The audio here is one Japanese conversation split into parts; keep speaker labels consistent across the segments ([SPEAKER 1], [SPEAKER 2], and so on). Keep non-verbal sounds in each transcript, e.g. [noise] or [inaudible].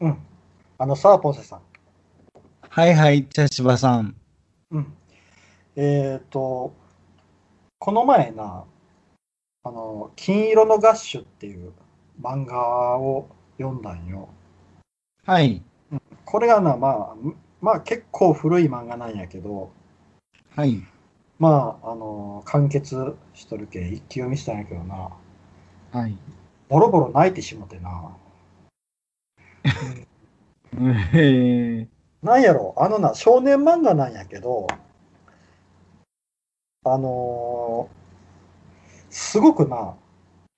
[SPEAKER 1] うん。あの、サーポンセさん。
[SPEAKER 2] はいはい、茶芝さん。
[SPEAKER 1] うん。えっ、と、この前な、あの、金色のガッシュっていう漫画を読んだんよ。
[SPEAKER 2] はい。
[SPEAKER 1] これがな、まあ、まあ結構古い漫画なんやけど、
[SPEAKER 2] はい。
[SPEAKER 1] まあ、あの、完結しとるけ、一気読みしたんやけどな、
[SPEAKER 2] はい。
[SPEAKER 1] ボロボロ泣いてしもてな。
[SPEAKER 2] えー、
[SPEAKER 1] なんやろ、あのな、少年漫画なんやけど、あのーすごくな、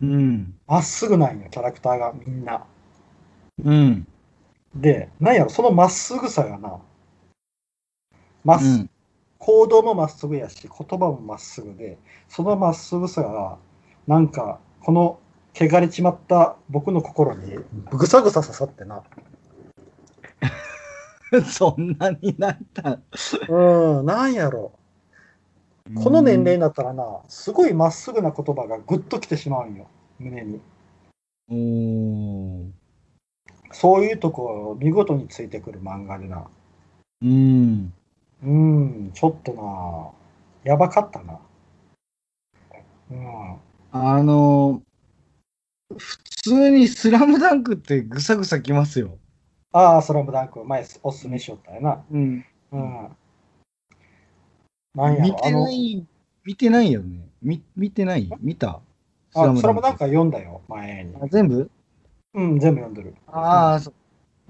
[SPEAKER 2] うん。
[SPEAKER 1] まっすぐなんよ、キャラクターがみんな。
[SPEAKER 2] うん。
[SPEAKER 1] で、なんやろ、そのまっすぐさがな、まっす
[SPEAKER 2] うん。
[SPEAKER 1] 行動もまっすぐやし、言葉もまっすぐで、そのまっすぐさが、なんか、この汚れちまった僕の心に、ぐさぐさ刺さってな。
[SPEAKER 2] [laughs] そんなになった。
[SPEAKER 1] うん、なんやろ。この年齢になったらな、すごいまっすぐな言葉がぐっときてしまうんよ、胸に。
[SPEAKER 2] うん。おー
[SPEAKER 1] そういうとこを見事についてくる漫画でな。
[SPEAKER 2] うん。
[SPEAKER 1] うん、ちょっとな、やばかったな。うん、
[SPEAKER 2] あの普通にスラムダンクってぐさぐさきますよ。
[SPEAKER 1] ああ、スラムダンク、前おすすめしよったよな。
[SPEAKER 2] うん。
[SPEAKER 1] うん。なんや
[SPEAKER 2] 見
[SPEAKER 1] ろ、あ
[SPEAKER 2] て
[SPEAKER 1] の
[SPEAKER 2] な、い、見てないよね。み見てない見た
[SPEAKER 1] あスラムダンクは読んだよ、前に。
[SPEAKER 2] あ全部
[SPEAKER 1] うん、全部読んでる。
[SPEAKER 2] ああ、そ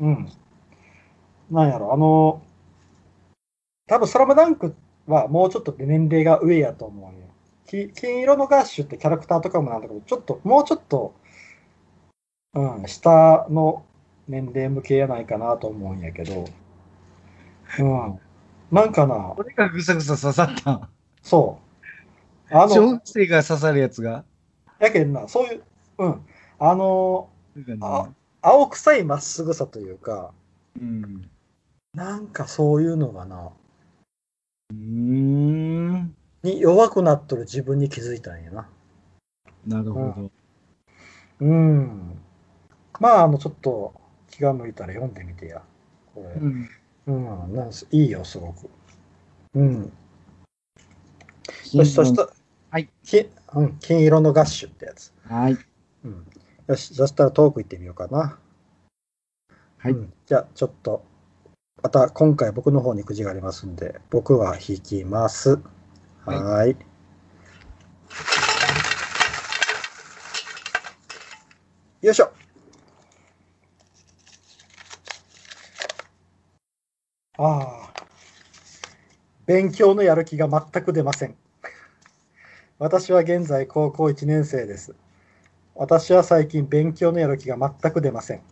[SPEAKER 1] うん。なんやろ、あの、多分スラムダンクはもうちょっとで年齢が上やと思うよ。き金色のガッシュってキャラクターとかもなんだけど、ちょっと、もうちょっと、うん、下の年齢向けやないかなと思うんやけど、うん。なんかな、
[SPEAKER 2] これがぐさぐさ刺さった。
[SPEAKER 1] そう。あ
[SPEAKER 2] 小
[SPEAKER 1] の
[SPEAKER 2] 学、生が刺さるやつが。
[SPEAKER 1] やけんな、そういう、うん。あの、あ青臭いまっすぐさというか、
[SPEAKER 2] うん。
[SPEAKER 1] なんかそういうのがな、
[SPEAKER 2] うーん。
[SPEAKER 1] に弱くなっとる自分に気づいたんやな。
[SPEAKER 2] なるほど。
[SPEAKER 1] うん。まあ、あの、ちょっと気が向いたら読んでみてや。これ。
[SPEAKER 2] うん。
[SPEAKER 1] うん、なんすいいよ、すごく。うん。よし、そした
[SPEAKER 2] はい
[SPEAKER 1] き、うん、金色のガッシュってやつ。
[SPEAKER 2] はい。
[SPEAKER 1] うん。よし、そしたらトーク行ってみようかな。
[SPEAKER 2] はい
[SPEAKER 1] うんじゃあ、ちょっと、また今回僕の方にくじがありますんで、僕は引きます。は
[SPEAKER 2] はい
[SPEAKER 1] ーい。よいしょ。ああ。勉強のやる気が全く出ません。私は現在高校1年生です。私は最近勉強のやる気が全く出ません。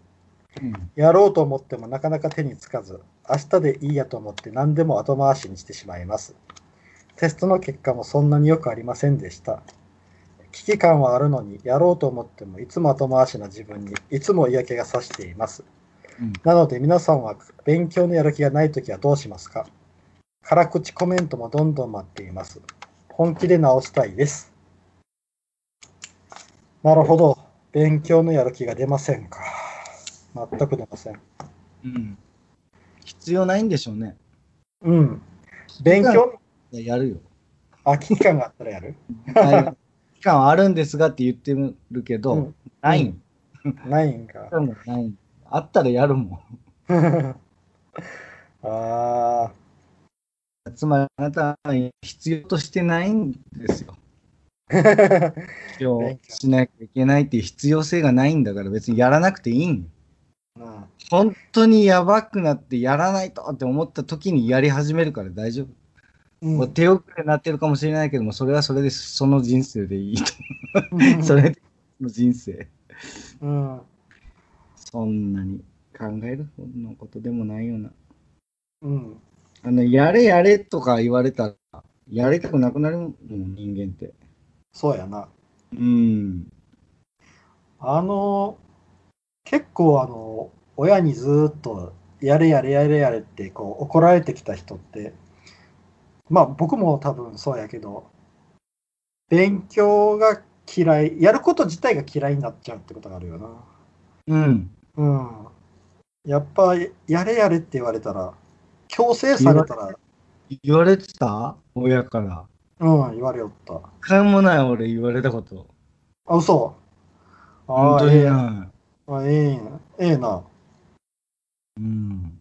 [SPEAKER 2] うん
[SPEAKER 1] やろうと思ってもなかなか手につかず、明日でいいやと思って何でも後回しにしてしまいます。テストの結果もそんなによくありませんでした。危機感はあるのに、やろうと思ってもいつも後回しな自分にいつも嫌気がさしています。
[SPEAKER 2] うん
[SPEAKER 1] なので皆さんは勉強のやる気がないときはどうしますか辛口コメントもどんどん待っています。本気で直したいです。なるほど。勉強のやる気が出ませんか。全く出ません。
[SPEAKER 2] うん。必要ないんでしょうね。
[SPEAKER 1] うん。勉強、
[SPEAKER 2] や [laughs] るよ。
[SPEAKER 1] 空き期間があったらや
[SPEAKER 2] [laughs]
[SPEAKER 1] る
[SPEAKER 2] はい期間はあるんですがって言ってるけど、
[SPEAKER 1] うん
[SPEAKER 2] ないん。
[SPEAKER 1] ないんか。
[SPEAKER 2] でもないんあったらやるも
[SPEAKER 1] ああ、
[SPEAKER 2] ん。つまりあなたは必要としてないんですよ。 [laughs] 必要しなきゃいけないっていう必要性がないんだから別にやらなくていいん。
[SPEAKER 1] うん
[SPEAKER 2] 本当にやばくなってやらないとって思った時にやり始めるから大丈夫。
[SPEAKER 1] うん
[SPEAKER 2] もう手遅れになってるかもしれないけども、それはそれでその人生でいいと。 [laughs] それでの人生。
[SPEAKER 1] うん。
[SPEAKER 2] そんなに考えるほどのことでもないような。
[SPEAKER 1] うん。
[SPEAKER 2] あの、やれやれとか言われたら、やりたくなくなるもん、人間って。
[SPEAKER 1] そうやな。
[SPEAKER 2] うん。
[SPEAKER 1] あの、結構あの、親にずーっと、やれやれやれやれってこう怒られてきた人って、まあ僕も多分そうやけど、勉強が嫌い、やること自体が嫌いになっちゃうってことがあるよな。
[SPEAKER 2] うん。
[SPEAKER 1] うん。やっぱ、やれやれって言われたら、強制されたら、
[SPEAKER 2] 言われてた親から。
[SPEAKER 1] うん、言われよった。
[SPEAKER 2] 一回もない俺言われたこと。
[SPEAKER 1] あ、嘘。あ
[SPEAKER 2] 本
[SPEAKER 1] あ、
[SPEAKER 2] 当
[SPEAKER 1] ええ
[SPEAKER 2] に
[SPEAKER 1] やん。
[SPEAKER 2] な
[SPEAKER 1] あええやん。ええな。
[SPEAKER 2] い。うん。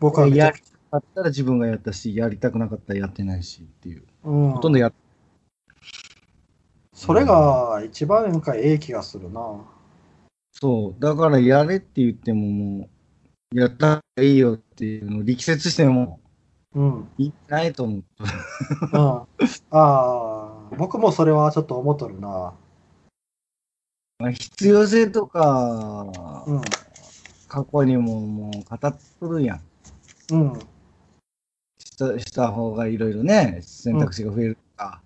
[SPEAKER 1] 僕はめちゃくち
[SPEAKER 2] あったら自分がやったし、やりたくなかったらやってないしっていう。
[SPEAKER 1] ゃ、うん、
[SPEAKER 2] ほとんどやっ
[SPEAKER 1] それが一番なんかええ気がするな。
[SPEAKER 2] そう。だからやれって言ってももう、やった方がいいよっていうのを力説しても、
[SPEAKER 1] うん。うん。 [laughs]
[SPEAKER 2] いないと思う。
[SPEAKER 1] ああ、僕もそれはちょっと思っとるな。
[SPEAKER 2] まあ必要性とか、
[SPEAKER 1] うん。
[SPEAKER 2] 過去にももう語っとるやん。
[SPEAKER 1] うん。
[SPEAKER 2] したした方がいろいろね、選択肢が増えるとか。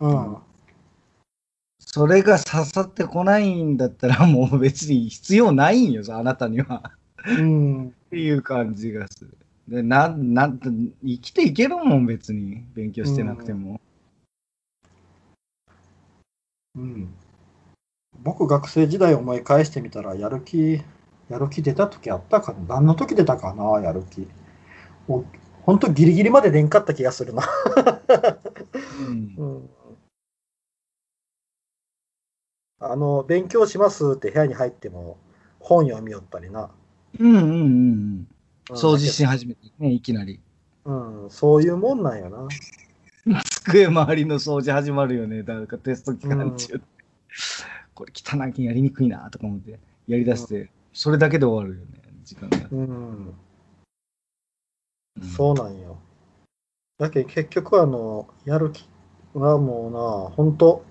[SPEAKER 1] うん。
[SPEAKER 2] それが刺さってこないんだったら [laughs] もう別に必要ないんよ、あなたには。
[SPEAKER 1] うん。
[SPEAKER 2] っていう感じがする。で、な、なんて、生きていけるもん、別に。勉強してなくても。
[SPEAKER 1] うん。僕学生時代思い返してみたら、やる気、やる気出た時あったかな何の時出たかなやる気。お本当ギリギリまで出んかった気がするな。
[SPEAKER 2] うん
[SPEAKER 1] うん [laughs] あの、勉強しますって部屋に入っても本読みよったりな。
[SPEAKER 2] うんうんうんうん。
[SPEAKER 1] うん
[SPEAKER 2] 掃除し始めてね、いきなり。
[SPEAKER 1] うん、そういうもんなんやな。
[SPEAKER 2] 机周りの掃除始まるよね、誰かテスト期間中。これ汚いけんやりにくいなとか思って、やりだして、それだけで終わるよね、時間が。
[SPEAKER 1] うん、
[SPEAKER 2] うん
[SPEAKER 1] そうなんよ。だけど結局あの、やる気はもうな、ほんと、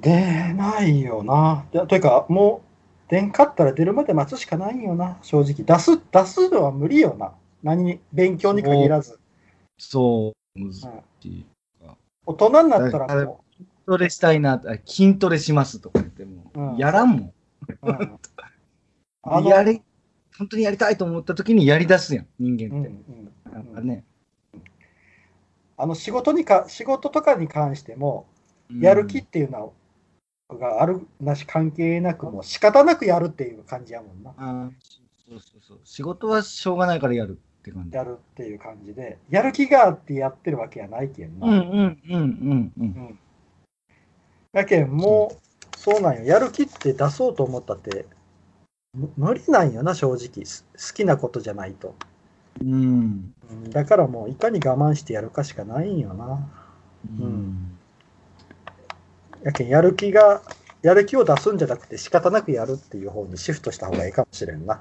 [SPEAKER 1] 出ないよな。いやというか、もう、出んかったら出るまで待つしかないよな、正直。出す、出すのは無理よな。何に、勉強に限らず。
[SPEAKER 2] そう、難
[SPEAKER 1] うん
[SPEAKER 2] しい。
[SPEAKER 1] 大人になったらもう。
[SPEAKER 2] 筋トレしたいな、あ筋トレしますとか言っても、
[SPEAKER 1] うん
[SPEAKER 2] やらんも
[SPEAKER 1] うんあ
[SPEAKER 2] ん。
[SPEAKER 1] の
[SPEAKER 2] やれ、本当にやりたいと思った時にやりだすやん、
[SPEAKER 1] う
[SPEAKER 2] 人間
[SPEAKER 1] ん
[SPEAKER 2] っ
[SPEAKER 1] う
[SPEAKER 2] て。
[SPEAKER 1] ん、
[SPEAKER 2] なんかね。
[SPEAKER 1] あの仕事にか仕事とかに関してもやる気っていうのはがあるなし関係なくもう仕方なくやるっていう感じやもんな
[SPEAKER 2] あーそうそうそう。仕事はしょうがないからやるって感じ。
[SPEAKER 1] やるっていう感じでやる気があってやってるわけやないけんな、
[SPEAKER 2] うんうんうんうんうん。
[SPEAKER 1] だけんもうそうなんよやる気って出そうと思ったってむ無理なんよな正直す好きなことじゃないと、
[SPEAKER 2] うん。
[SPEAKER 1] うんだからもういかに我慢してやるかしかないんよな
[SPEAKER 2] うん。
[SPEAKER 1] やけんやる気がやる気を出すんじゃなくて仕方なくやるっていう方にシフトした方がいいかもしれんな。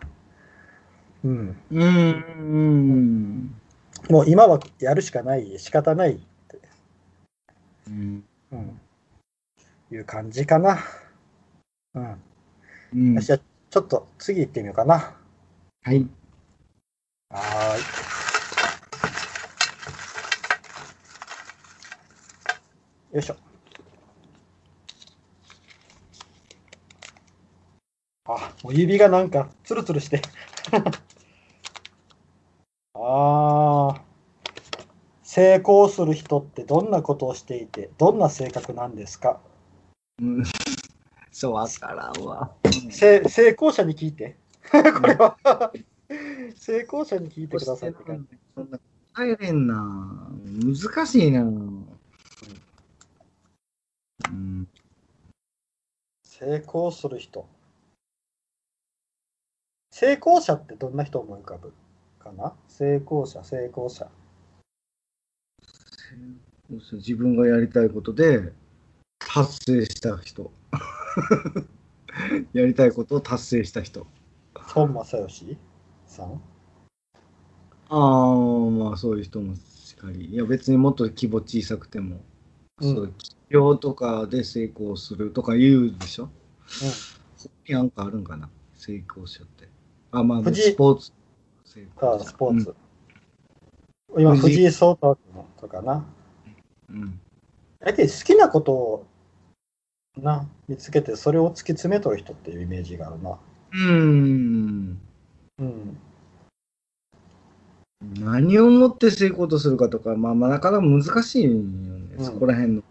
[SPEAKER 1] うん。
[SPEAKER 2] うん。うん。
[SPEAKER 1] もう今はやるしかない、仕方ない、
[SPEAKER 2] うん。
[SPEAKER 1] うん、いう感じかな。うん。
[SPEAKER 2] うん
[SPEAKER 1] よしじゃあちょっと次行ってみようかな。
[SPEAKER 2] はい。
[SPEAKER 1] はーい。よいしょ。あ、もう指がなんかツルツルして。 [laughs] ああ。成功する人ってどんなことをしていて、どんな性格なんですか
[SPEAKER 2] うんそう、わからんわ。
[SPEAKER 1] せ成功者に聞いて。 [laughs] これは成功者に聞いてくださいって感じ。
[SPEAKER 2] そんな答えれんな。難しいな。うん。
[SPEAKER 1] 成功する人成功者ってどんな人思い浮かぶかな成功者成功者
[SPEAKER 2] そうそう自分がやりたいことで達成した人 [laughs] やりたいことを達成した人
[SPEAKER 1] 孫正義さん
[SPEAKER 2] ああまあそういう人もしかりいや別にもっと規模小さくても、
[SPEAKER 1] うん
[SPEAKER 2] そう企業とかで成功するとか言うでしょ他になんかあるんかな成功者ってあまあ
[SPEAKER 1] 藤井
[SPEAKER 2] スポーツ成
[SPEAKER 1] あ
[SPEAKER 2] 功者
[SPEAKER 1] スポーツ、今
[SPEAKER 2] 藤井
[SPEAKER 1] 藤井聡太君とかな
[SPEAKER 2] うん、うん
[SPEAKER 1] 大体好きなことをな見つけてそれを突き詰めとる人っていうイメージがあるな
[SPEAKER 2] うーん
[SPEAKER 1] うん
[SPEAKER 2] 何をもって成功とするかとか、まあ、まあなかなか難しいよね、
[SPEAKER 1] うん
[SPEAKER 2] そこら辺の。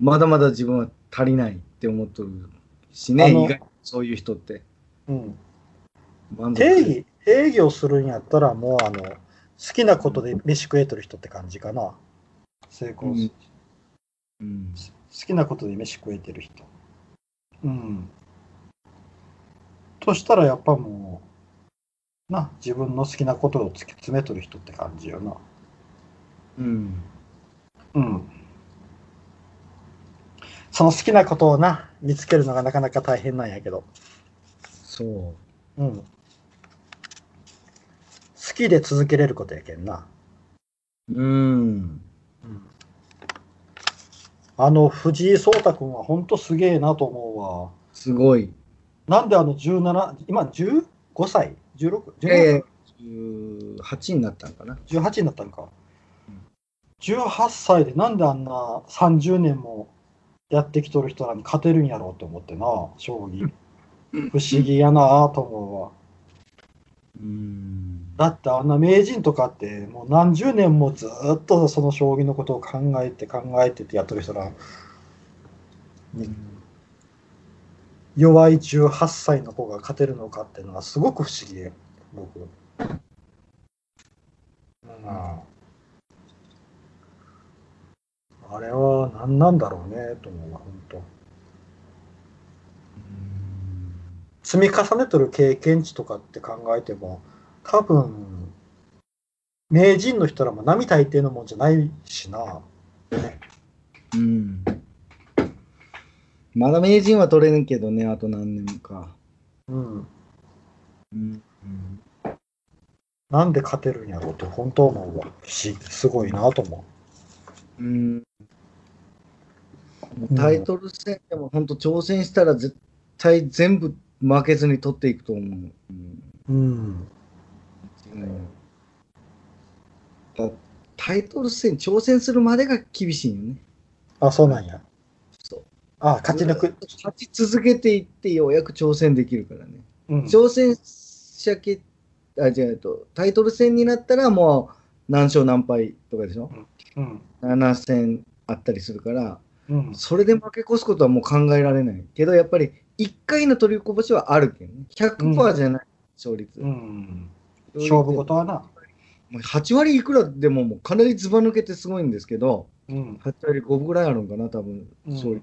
[SPEAKER 2] まだまだ自分は足りないって思っとるし
[SPEAKER 1] あ
[SPEAKER 2] ね、意
[SPEAKER 1] の
[SPEAKER 2] 外とそういう人って。
[SPEAKER 1] うん。
[SPEAKER 2] 満足
[SPEAKER 1] 定義、定義をするんやったら、もうあの、好きなことで飯食えとる人って感じかな。成功する。
[SPEAKER 2] うん。
[SPEAKER 1] 好きなことで飯食えてる人。うん。としたらやっぱもう、な、自分の好きなことを突き詰めとる人って感じよな。
[SPEAKER 2] うん。
[SPEAKER 1] うん。その好きなことをな、見つけるのがなかなか大変なんやけど。
[SPEAKER 2] そう。
[SPEAKER 1] うん。好きで続けれることやけんな。
[SPEAKER 2] うん。
[SPEAKER 1] あの、藤井聡太君は本当すげえなと思うわ。
[SPEAKER 2] すごい。
[SPEAKER 1] なんであの17、今15歳 ?16? 17
[SPEAKER 2] えー、18になったのかな。
[SPEAKER 1] 18になったんか
[SPEAKER 2] うん。
[SPEAKER 1] 18歳でなんであんな30年もやってきとる人らに勝てるんやろうと思ってな、将棋。不思議やなぁと思うわ。
[SPEAKER 2] うん。
[SPEAKER 1] だってあんな名人とかってもう何十年もずっとその将棋のことを考えて考えてってやってる人ら弱い18歳の子が勝てるのかっていうのはすごく不思議で僕うんあれは何なんだろうねと思うわ本当積み重ねとる経験値とかって考えても多分名人の人らも並大抵のもんじゃないしな
[SPEAKER 2] うん。まだ名人は取れんけどね、あと何年か。
[SPEAKER 1] うん
[SPEAKER 2] うん。
[SPEAKER 1] なんで勝てるんやろうと本当思うわしすごいなと思
[SPEAKER 2] うん。タイトル戦でも本当挑戦したら絶対全部負けずに取っていくと思う。うん。
[SPEAKER 1] ううん
[SPEAKER 2] だタイトル戦挑戦するまでが厳しいよね。
[SPEAKER 1] あそうなんや
[SPEAKER 2] そう
[SPEAKER 1] あ勝ち抜く
[SPEAKER 2] 勝ち続けていってようやく挑戦できるからね。
[SPEAKER 1] うん
[SPEAKER 2] 挑戦者けあ違うえっとタイトル戦になったらもう何勝何敗とかでしょ
[SPEAKER 1] うん
[SPEAKER 2] 7戦あったりするから
[SPEAKER 1] うん
[SPEAKER 2] それで負け越すことはもう考えられないけどやっぱり1回の取りこぼしはあるけんね100%じゃない、勝率、
[SPEAKER 1] うん勝負事はな
[SPEAKER 2] もう8割いくらでももうかなりずば抜けてすごいんですけど
[SPEAKER 1] うん
[SPEAKER 2] 8割5分ぐらいあるんかな多分、
[SPEAKER 1] うん
[SPEAKER 2] 勝率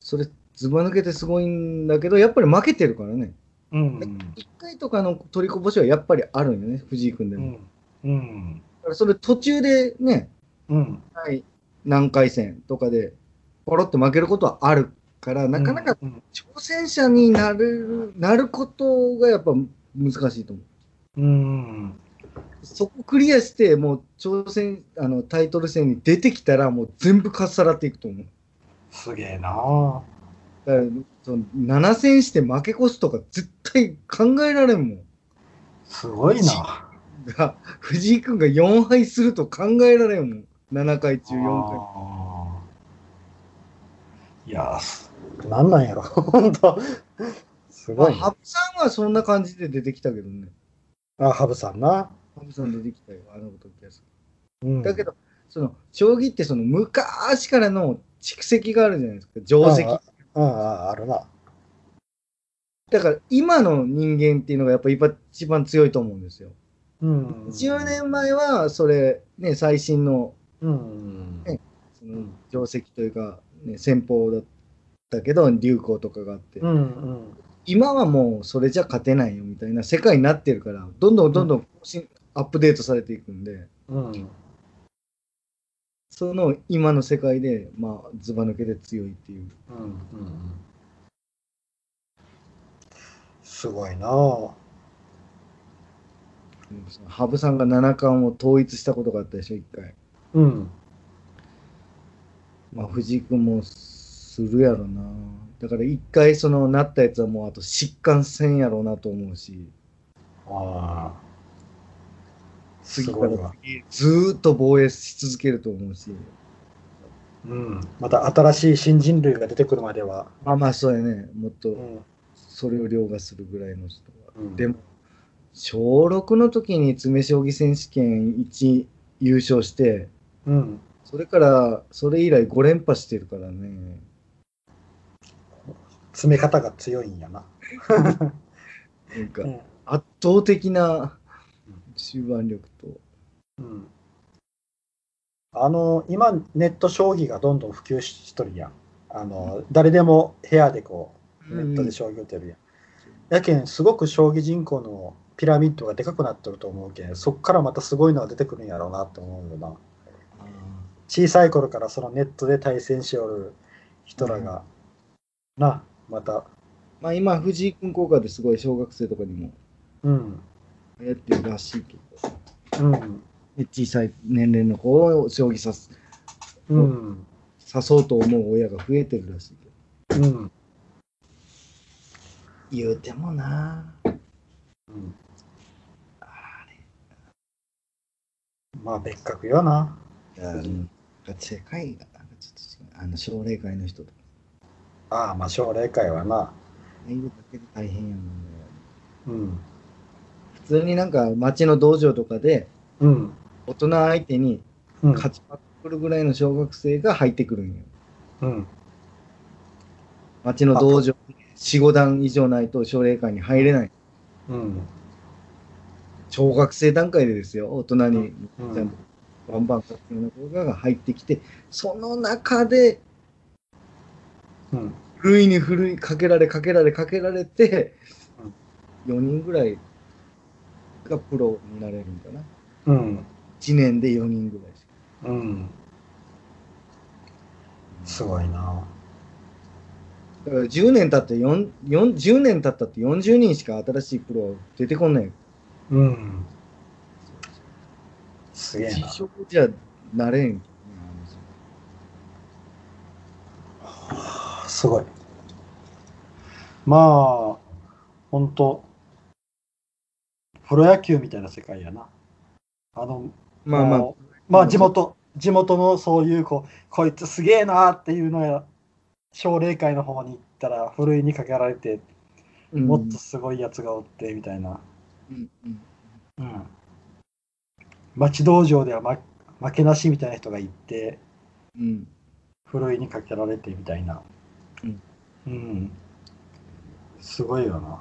[SPEAKER 2] それずば抜けてすごいんだけどやっぱり負けてるからね、
[SPEAKER 1] うん
[SPEAKER 2] 1回とかの取りこぼしはやっぱりあるんよね、藤井君で
[SPEAKER 1] う
[SPEAKER 2] も。
[SPEAKER 1] んうん
[SPEAKER 2] だからそれ途中でね、
[SPEAKER 1] うん
[SPEAKER 2] はい、何回戦とかで、ポロッと負けることはあるから、なかなか
[SPEAKER 1] うん
[SPEAKER 2] 挑戦者になるなることがやっぱ難しいと思う。
[SPEAKER 1] うん
[SPEAKER 2] そこクリアして、もう挑戦、あのタイトル戦に出てきたら、もう全部かっさらっていくと思う。
[SPEAKER 1] すげえな
[SPEAKER 2] だからその7戦して負け越すとか、絶対考えられんもん。
[SPEAKER 1] すごいな
[SPEAKER 2] が藤井君が4敗すると考えられんもん7回中4
[SPEAKER 1] あーいやーすなんなんやろ [laughs] 本当すご
[SPEAKER 2] 回
[SPEAKER 1] い、ね、
[SPEAKER 2] 羽生さんはそんな感じで出てきたけどね
[SPEAKER 1] あハブさんな、
[SPEAKER 2] 羽生さん出てきたよあのこと気がす
[SPEAKER 1] うん、
[SPEAKER 2] るだけどその将棋ってその昔からの蓄積があるじゃないですか定石
[SPEAKER 1] ああああるな
[SPEAKER 2] だから今の人間っていうのがやっぱ一番強いと思うんですよ
[SPEAKER 1] うん
[SPEAKER 2] 10年前はそれね最新の
[SPEAKER 1] うん
[SPEAKER 2] ねその定石というか、ね、戦法だったけど流行とかがあって
[SPEAKER 1] うんうん
[SPEAKER 2] 今はもうそれじゃ勝てないよみたいな世界になってるからどんどんどんどん更新、アップデートされていくんで
[SPEAKER 1] うん
[SPEAKER 2] その今の世界でまあずば抜けで強いっていう
[SPEAKER 1] うんうんすごいなぁ。
[SPEAKER 2] その羽生さんが七冠を統一したことがあったでしょ一回、
[SPEAKER 1] うん。
[SPEAKER 2] まあ、藤井君もするやろなだから一回そのなったやつはもうあと疾患せんやろうなと思うし
[SPEAKER 1] ああ。す
[SPEAKER 2] 次か
[SPEAKER 1] ごい
[SPEAKER 2] ら
[SPEAKER 1] わ。
[SPEAKER 2] 次ずーっと防衛し続けると思うし
[SPEAKER 1] うん。また新しい新人類が出てくるまでは。
[SPEAKER 2] まあまあそうやねもっと
[SPEAKER 1] ん。
[SPEAKER 2] それを凌駕するぐらいの人が。
[SPEAKER 1] うん
[SPEAKER 2] でも、小6の時に詰将棋選手権1優勝して、
[SPEAKER 1] うん。
[SPEAKER 2] それから、それ以来5連覇してるからね。
[SPEAKER 1] 詰め方が強いんやな。
[SPEAKER 2] なんか
[SPEAKER 1] うん
[SPEAKER 2] 圧倒的な終盤力と。
[SPEAKER 1] うんあの今、ネット将棋がどんどん普及しとるやん。あの誰でも部屋でこうネットで将棋打てるやん。やけん、すごく将棋人口のピラミッドがでかくなっとると思うけん、そっからまたすごいのが出てくるんやろうなって思うよな。小さい頃からそのネットで対戦しおる人らが、な、また、
[SPEAKER 2] まあ今、藤井君効果ですごい小学生とかにも
[SPEAKER 1] うん、
[SPEAKER 2] 流行ってるらしいけど、
[SPEAKER 1] うん、
[SPEAKER 2] 小さい年齢の子を将棋さす
[SPEAKER 1] うん。
[SPEAKER 2] 誘そうと思う親が増えてるらしいけど。
[SPEAKER 1] うん
[SPEAKER 2] 言うてもな
[SPEAKER 1] うんまあ別格よな。
[SPEAKER 2] ぁ。なんか世界がなんかちょっと違う。あの奨励会の人とか、
[SPEAKER 1] ああ、まあ奨励会はな。
[SPEAKER 2] いるだけで大変やもんね。
[SPEAKER 1] うん。
[SPEAKER 2] 普通になんか町の道場とかで
[SPEAKER 1] うん。
[SPEAKER 2] 大人相手に
[SPEAKER 1] うん。
[SPEAKER 2] 勝ちまくるぐらいの小学生が入ってくるんよ。
[SPEAKER 1] うん。
[SPEAKER 2] 町の道場に4、5段以上ないと奨励会に入れない。
[SPEAKER 1] うん。
[SPEAKER 2] 小学生段階でですよ、大人に
[SPEAKER 1] う
[SPEAKER 2] ちゃん
[SPEAKER 1] ん
[SPEAKER 2] とバンバン勝つような子が入ってきて、その中で、
[SPEAKER 1] うん。
[SPEAKER 2] ふるいにふるいかけられかけられかけられて、4人ぐらいがプロになれるんかな。
[SPEAKER 1] うん。
[SPEAKER 2] 1年で4人ぐらいしか。
[SPEAKER 1] うん。すごいな。
[SPEAKER 2] だから10年経って4、4 10年経ったって40人しか新しいプロは出てこない。
[SPEAKER 1] うん。すげえ
[SPEAKER 2] 一
[SPEAKER 1] な。
[SPEAKER 2] 生じゃなれんけどね。
[SPEAKER 1] すごい。まあ、ほんと、プロ野球みたいな世界やな。あの、
[SPEAKER 2] あのまあまあ、
[SPEAKER 1] もうまあ地元、地元のそういうこう、こいつすげえなーっていうのや、奨励会の方に行ったら、ふるいにかけられて、
[SPEAKER 2] うん
[SPEAKER 1] もっとすごいやつがおってみたいな。
[SPEAKER 2] うんうん
[SPEAKER 1] うん。町道場では、ま、負けなしみたいな人がいて、
[SPEAKER 2] うん
[SPEAKER 1] ふるいにかけられてみたいな。
[SPEAKER 2] うん。
[SPEAKER 1] うん。すごいよな。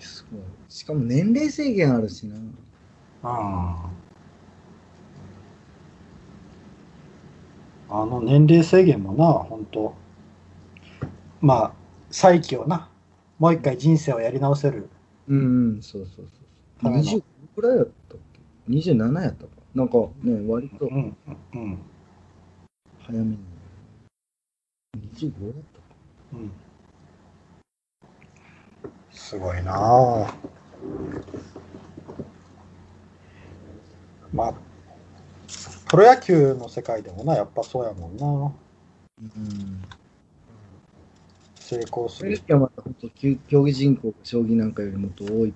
[SPEAKER 2] すごいしかも年齢制限あるしな。
[SPEAKER 1] ああの年齢制限もな、本当まあ、再起をな、もう一回人生をやり直せる。
[SPEAKER 2] うん、うん、そうそうそ
[SPEAKER 1] た
[SPEAKER 2] う。
[SPEAKER 1] だの
[SPEAKER 2] 20くらいやったっけ ?27 やったか。なんかね、割と
[SPEAKER 1] うん、うん、
[SPEAKER 2] 早めに。25やったか。
[SPEAKER 1] うん。すごいなあまあ、プロ野球の世界でもな、やっぱそうやもんな。
[SPEAKER 2] うん。
[SPEAKER 1] 成功す
[SPEAKER 2] それ
[SPEAKER 1] る
[SPEAKER 2] よ。りはまた本当、きゅ競技人口が将棋なんかよりもっと多い。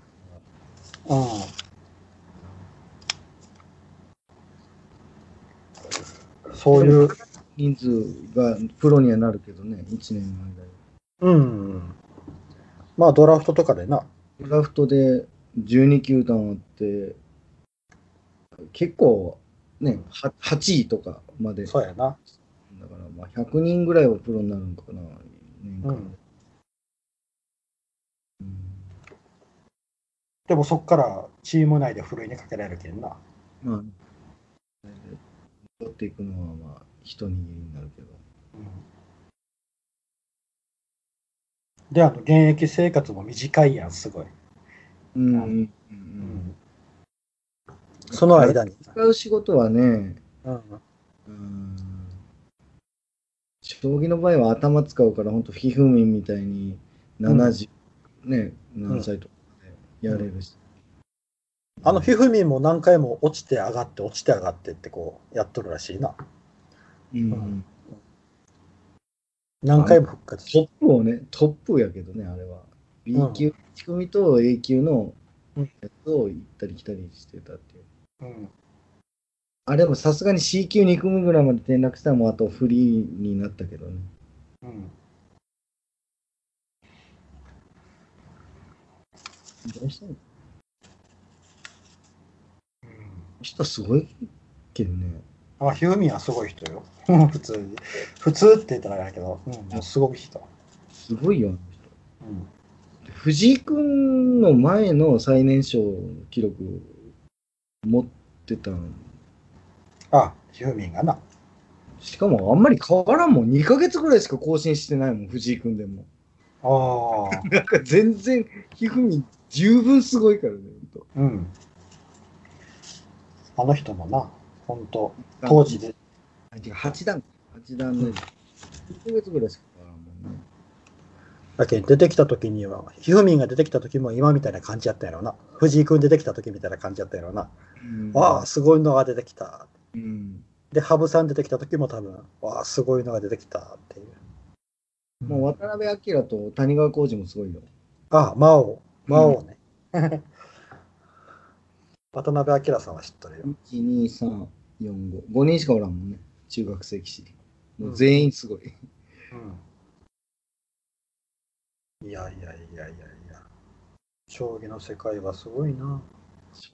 [SPEAKER 1] うん。そういう、
[SPEAKER 2] 人数がプロにはなるけどね、1年の間に。
[SPEAKER 1] うん。まあドラフトとかでな。
[SPEAKER 2] ドラフトで12球団あって、結構ね、は8位とかまで、だか
[SPEAKER 1] そうやな。
[SPEAKER 2] らまあ100人ぐらいはプロになるのかな、年
[SPEAKER 1] う
[SPEAKER 2] 間で
[SPEAKER 1] ん。
[SPEAKER 2] うん
[SPEAKER 1] でもそっからチーム内でふるいにかけられるけんな。
[SPEAKER 2] まあ、取っていくのはまあ、一握りになるけど。
[SPEAKER 1] で、あの、現役生活も短いやん、すごい。
[SPEAKER 2] うん
[SPEAKER 1] う
[SPEAKER 2] うんう。
[SPEAKER 1] うんその間に。
[SPEAKER 2] 使う仕事はね、
[SPEAKER 1] うん。
[SPEAKER 2] うん将棋の場合は頭使うから、本当ひふみんみたいに70、ね、何歳とかでやれるし。
[SPEAKER 1] あの、ひふみんも何回も落ちて上がって、落ちて上がってってこう、やっとるらしいな。
[SPEAKER 2] うん
[SPEAKER 1] 何回も復活して。
[SPEAKER 2] トップをね、トップやけどね、あれは。B 級、仕組みと A 級のやつを行ったり来たりしてたっていう。
[SPEAKER 1] うん。
[SPEAKER 2] あ、でもさすがに C 級2組ぐらいまで転落したらもうあとフリーになったけどね。
[SPEAKER 1] うん。
[SPEAKER 2] どうしたのこの人すごいけどね。
[SPEAKER 1] あ、ひ [laughs] ふみんはすごい人よ。普通に。普通って言ったらあれやけど、うん、もうすごい人。
[SPEAKER 2] すごいよ、あの人。藤井君の前の最年少記録を持ってたの
[SPEAKER 1] あ、ヒューミンがな。
[SPEAKER 2] しかもあんまり変わらんもん。2ヶ月ぐらいしか更新してないもん、藤井君でも。
[SPEAKER 1] ああ。
[SPEAKER 2] なんか全然、ひふみん十分すごいからね、ほんと
[SPEAKER 1] うん。あの人もな、本当当時で。
[SPEAKER 2] あ違う八段、八段の、1ヶ月ぐらいしか変わらんもんね。
[SPEAKER 1] だけど出てきた時には、ヒフミンが出てきた時も今みたいな感じやったやろうな。藤井君出てきた時みたいな感じやったやろうな。わあ、すごいのが出てきた。
[SPEAKER 2] うん。
[SPEAKER 1] で、羽生さん出てきた時も多分、わあ、すごいのが出てきたっていう。
[SPEAKER 2] もう渡辺明と谷川浩二もすごいよ。
[SPEAKER 1] ああ、魔王。魔王ね。 [laughs] 渡辺明さんは知っとるよ。
[SPEAKER 2] 1、2、3、4、5。5人しかおらんもんね。中学生棋士。もう全員すごい。
[SPEAKER 1] いやいやいやいやいや。将棋の世界はすごいな。
[SPEAKER 2] 世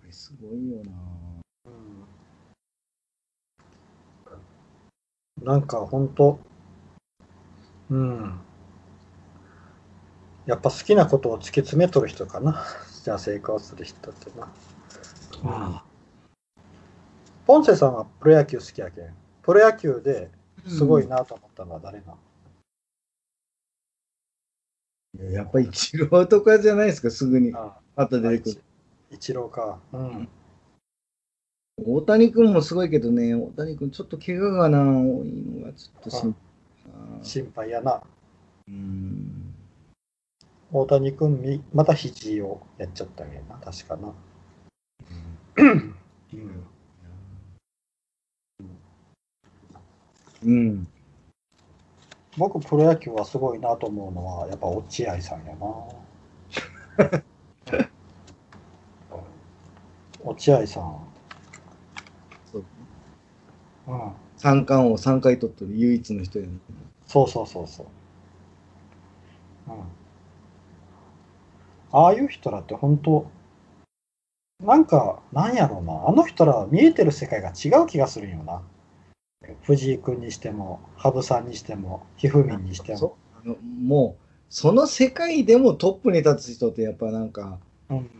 [SPEAKER 2] 界すごいよな
[SPEAKER 1] なんか本当、うん。やっぱ好きなことを突き詰めとる人かな。 [laughs] じゃあ成功する人ってな。うん。ポンセさんはプロ野球好きやけん。プロ野球ですごいなと思ったのは誰な、
[SPEAKER 2] いややっぱり一郎とかじゃないですか、すぐに。
[SPEAKER 1] あ
[SPEAKER 2] あと出てくる。
[SPEAKER 1] イチローか。うん。
[SPEAKER 2] 大谷君もすごいけどね、大谷君ちょっと怪我がな、多いのがちょっと心配。
[SPEAKER 1] 心配やな。
[SPEAKER 2] うん。
[SPEAKER 1] 大谷君み、また肘をやっちゃったけどな、確かな。うん。
[SPEAKER 2] うん。
[SPEAKER 1] 僕、プロ野球はすごいなと思うのは、やっぱ落合さん [laughs] やな。落合さん。
[SPEAKER 2] そう
[SPEAKER 1] うん。
[SPEAKER 2] 三冠王3回取ってる唯一の人やね。
[SPEAKER 1] そうそうそうそう。うん。ああいう人らって本当、なんか、なんやろうな、あの人らは見えてる世界が違う気がするんよな。藤井君にしても、羽生さんにしても、ひふみんにしても。
[SPEAKER 2] そうあのもう、その世界でもトップに立つ人ってやっぱなんか、
[SPEAKER 1] うん、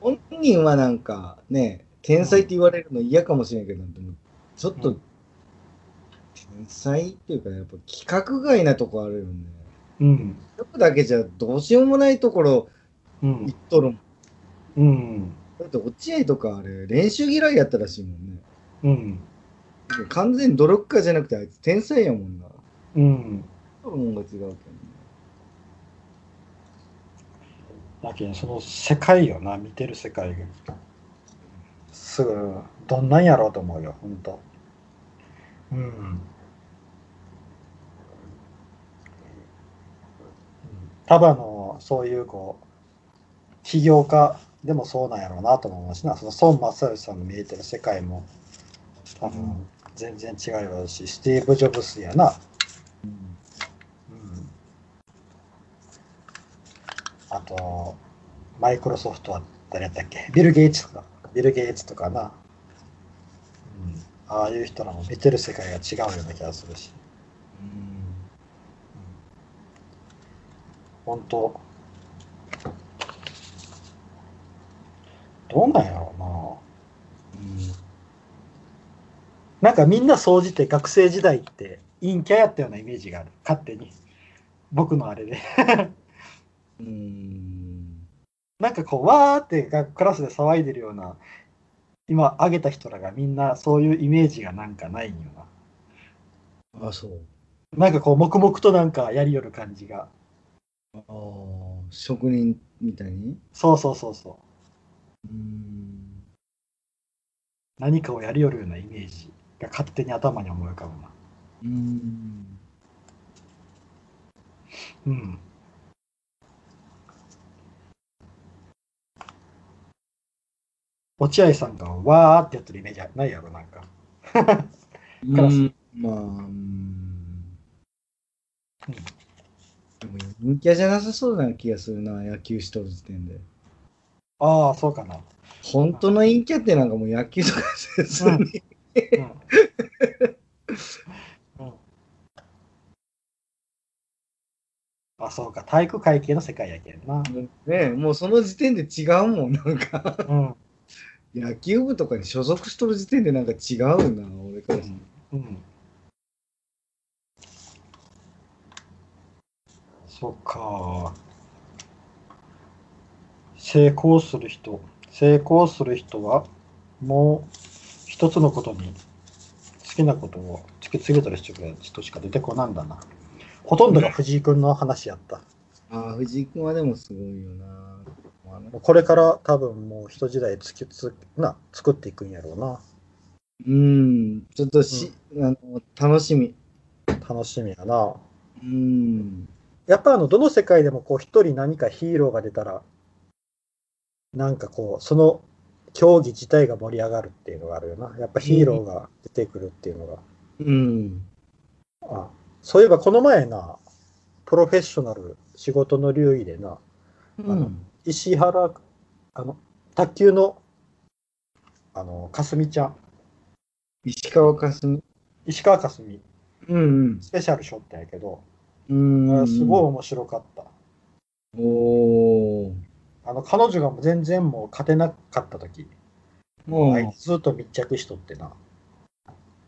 [SPEAKER 2] 本人はなんかね、天才って言われるの嫌かもしれんけど、でもちょっ
[SPEAKER 1] う
[SPEAKER 2] と、天才っていうか、やっぱ規格外なとこあるよね。
[SPEAKER 1] うん、
[SPEAKER 2] トップだけじゃどうしようもないところ
[SPEAKER 1] うん
[SPEAKER 2] 行っ、とるもん。
[SPEAKER 1] うん、
[SPEAKER 2] だって落合とかあれ、練習嫌いやったらしいもんね。
[SPEAKER 1] うん、
[SPEAKER 2] 完全に努力家じゃなくてあいつ天才やもんな。
[SPEAKER 1] うん。
[SPEAKER 2] ホルモンが違うけどね。
[SPEAKER 1] だけど、その世界よな、見てる世界が。すぐ、どんなんやろうと思うよ、ほんと。うん。多分あの、そういう、こう、起業家でもそうなんやろうなと思いますな、その孫正義さんの見えてる世界も、多分全然違いはし、スティーブ・ジョブスやな。
[SPEAKER 2] うん
[SPEAKER 1] うんあと、マイクロソフトは誰やったっけビル・ゲイツとか、ビル・ゲイツとかな。うん、ああいう人らも見てる世界が違うような気がするし、本当、どうなんやろうな。なんかみんな総じて学生時代って陰キャやったようなイメージがある、勝手に。僕のあれで。
[SPEAKER 2] うんうん
[SPEAKER 1] なんかこう、わーってがクラスで騒いでるような、今挙げた人らがみんなそういうイメージがなんかないんよな。
[SPEAKER 2] あ、そう。
[SPEAKER 1] なんかこう、黙々となんかやりよる感じが。
[SPEAKER 2] ああ、職人みたいに
[SPEAKER 1] そうそうそうそう。
[SPEAKER 2] うん。
[SPEAKER 1] 何かをやりよるようなイメージが勝手に頭に思い浮かぶな。
[SPEAKER 2] うん。
[SPEAKER 1] うん。落合さんがわーってやってるイメージはないやろ、なんか。クラス
[SPEAKER 2] うんまあ、うん。でも陰キャじゃなさそうな気がするな、野球しとる時点で。
[SPEAKER 1] ああ、そうかな。
[SPEAKER 2] 本当の陰キャってなんかもう野球とかせずに、
[SPEAKER 1] うんあ、そうか。体育会系の世界やけんな。
[SPEAKER 2] ねもうその時点で違うもん、なんか。
[SPEAKER 1] うん。
[SPEAKER 2] 野球部とかに所属しとる時点でなんか違うな、俺からしたら
[SPEAKER 1] うん。そっか。成功する人。成功する人は、もう一つのことに、好きなことを突き詰めた人しか出てこないんだな。ほとんどが藤井君の話やった。
[SPEAKER 2] ああ、藤井君はでもすごいよな。まあな
[SPEAKER 1] もうこれから多分もう人時代突きつな作っていくんやろうな。
[SPEAKER 2] うん、ちょっとし、あの楽しみ。
[SPEAKER 1] 楽しみやな。
[SPEAKER 2] うん。
[SPEAKER 1] やっぱあのどの世界でもこう一人何かヒーローが出たらなんかこうその競技自体が盛り上がるっていうのがあるよなやっぱヒーローが出てくるっていうのが、
[SPEAKER 2] うん。
[SPEAKER 1] あそういえばこの前なプロフェッショナル仕事の流儀でな
[SPEAKER 2] うん。
[SPEAKER 1] 石原あの卓球のあのかすみちゃん
[SPEAKER 2] 石川佳純。
[SPEAKER 1] 石川かすみ
[SPEAKER 2] うん
[SPEAKER 1] スペシャルショーってやけど、
[SPEAKER 2] うん。うん。
[SPEAKER 1] すごい面白かった
[SPEAKER 2] い。おー。
[SPEAKER 1] あの彼女がもう全然もう勝てなかった時
[SPEAKER 2] もう。
[SPEAKER 1] あ
[SPEAKER 2] へ
[SPEAKER 1] いつずっと密着しとってな。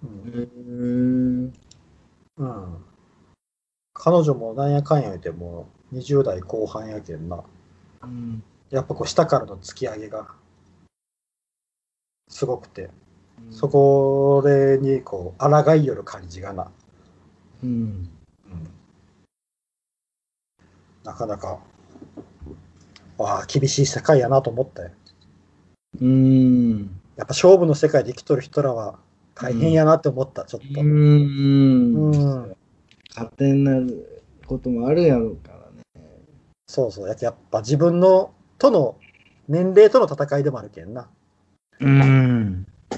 [SPEAKER 1] うん。
[SPEAKER 2] ー
[SPEAKER 1] うん、彼女もなんやかんや言うてもう20代後半やけんな。
[SPEAKER 2] うん。
[SPEAKER 1] やっぱこう下からの突き上げがすごくて、そ。こでにこう抗いよる感じがな。
[SPEAKER 2] うん。
[SPEAKER 1] うん、なかなか、わあ、厳しい世界やなと思ったよ。
[SPEAKER 2] うん。
[SPEAKER 1] やっぱ勝負の世界で生きとる人らは大変やなって思った、ちょっと。
[SPEAKER 2] う。ん。
[SPEAKER 1] うん
[SPEAKER 2] 勝手になることもあるやろうからね。
[SPEAKER 1] そうそう、ややっぱ自分のとの年齢との戦いでもあるけんな。
[SPEAKER 2] うん。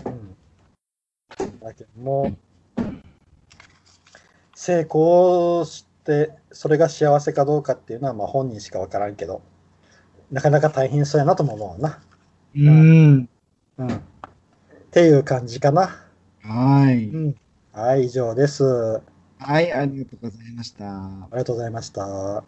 [SPEAKER 1] うん、だけどもう、成功して、それが幸せかどうかっていうのはまあ本人しか分からんけど、なかなか大変そうやなとも思うな。
[SPEAKER 2] うん。
[SPEAKER 1] うん、っていう感じかな。
[SPEAKER 2] はい。
[SPEAKER 1] うん、はい、以上です。あ
[SPEAKER 2] はい、ありがとうございました。
[SPEAKER 1] りがとうございました。